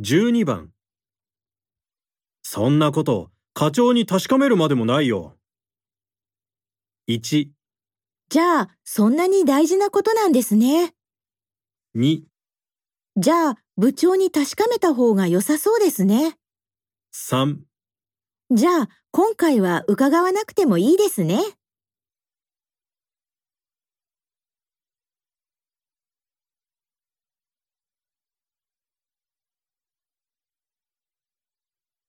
12番そんなこと課長に確かめるまでもないよ。1、じゃあ、そんなに大事なことなんですね。 2、じゃあ、部長に確かめた方が良さそうですね。 3じゃあ、今回は伺わなくてもいいですね。